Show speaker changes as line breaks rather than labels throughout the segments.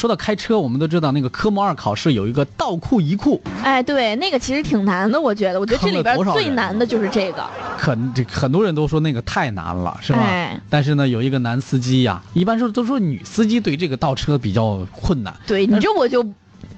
说到开车，我们都知道那个科目二考试有一个倒库移库，
哎，对，那个其实挺难的，我觉得，我觉得这里边
坑了多少
最
人啊
难的就是这个。
很这很多人都说那个太难了，是吧？
哎
但是呢，有一个男司机呀、一般说都说女司机对这个倒车比较困难。
对你这我就，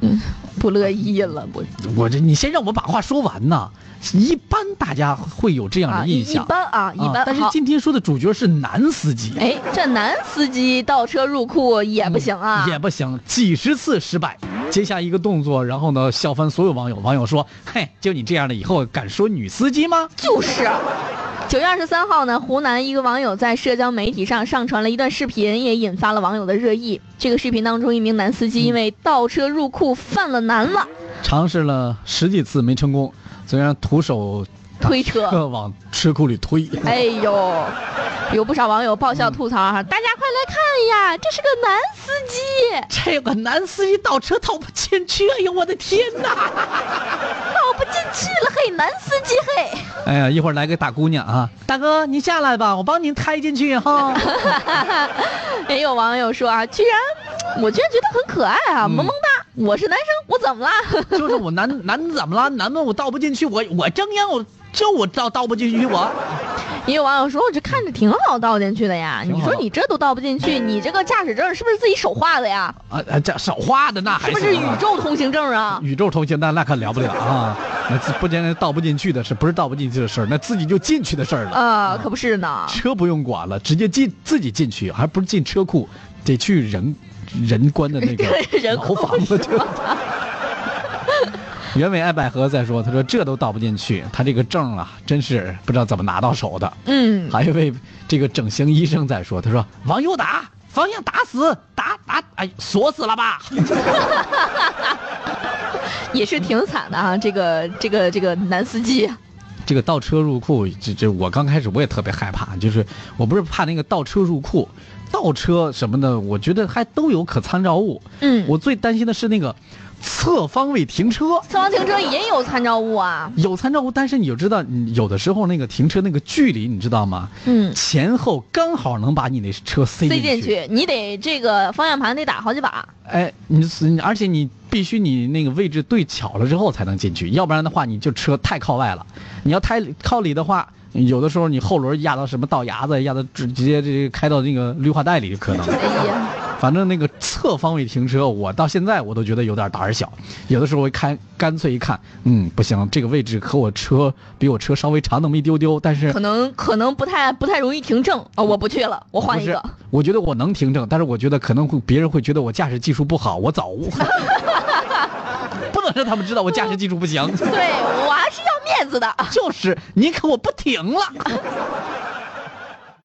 嗯，不乐意了，我
我这你先让我把话说完呐。一般大家会有这样
啊，
的
一
印
一
象，
般啊，一
啊
般
但是
好。
今天说的主角是男司机，
哎，这男司机倒车入库也不行啊，
也不行，几十次失败，接下一个动作，然后呢，笑翻所有网友。网友说：“嘿，就你这样的，以后敢说女司机吗
就是。九月二十三号呢，湖南一个网友在社交媒体上上传了一段视频，也引发了网友的热议。这个视频当中，一名男司机因为倒车入库犯了难了，？”
尝试了十几次没成功，虽然徒手把
推车
车往车库里推。
哎呦，有不少网友爆笑吐槽
嗯
哈、大家快来看呀，这是个男司机，
这个男司机倒车倒不进去，哎呦我的天哪！
倒不进去了嘿，男司机嘿。
哎呀，一会儿来个大姑娘啊，大哥您下来吧，我帮您开进去哈。
也有网友说啊，居然，我居然觉得很可爱啊，
嗯
萌萌哒。我是男生，我怎么了？
就是我男男怎么了？男的我倒不进去，我我睁眼我这我倒倒不进去我。
也有网友说，我这看着挺好倒进去的呀。
挺
你
好
说你这都倒不进去，你这个驾驶证是不是自己手画的呀？
啊啊，这手画的那还
是不
行
是宇
啊
宙通行证啊？
宇宙头衔那那可了不了啊！那自不仅倒不进去的事，不是倒不进去的事儿，那自己就进去的事儿了。
啊，可不是呢。
车不用管了，直接进自己进去，还不是进车库，得去人人关的那个
人
牢
库
房子去。原委爱百合在说，他说这都倒不进去，他这个证啊，真是不知道怎么拿到手的。
嗯，
还有一位这个整形医生在说，他说往右打，方向打死，打打，哎，锁死了吧？
也是挺惨的啊。这个这个这个男司机，啊
这个倒车入库，这这我刚开始我也特别害怕，就是我不是怕那个倒车入库，倒车什么的，我觉得还都有可参照物。
嗯，
我最担心的是那个侧方位停车。
侧方停车也有参照物啊。
有参照物，但是你就知道，你有的时候那个停车那个距离，你知道吗？
嗯，
前后刚好能把你那车塞
塞
进
进。去，你得这个方向盘得打好几把。
哎，你你而且你必须你那个位置对巧了之后才能进去，要不然的话你就车太靠外了。你要太靠里的话，有的时候你后轮压到什么道牙子，压到直直接这开到那个绿化带里就可能。
哎呀。
反正那个侧方位停车，我到现在我都觉得有点胆儿小。有的时候我一看，干脆一看，嗯，不行，这个位置和我车比我车稍微长那么一丢丢，但是
可能可能不太不太容易停正哦，我不去了，我换一个
不。是，我觉得我能停正，但是我觉得可能会别人会觉得我驾驶技术不好，我早，我 不能让他们知道我驾驶 技术不行。
对我还是要面子的。
就是你可我不停了。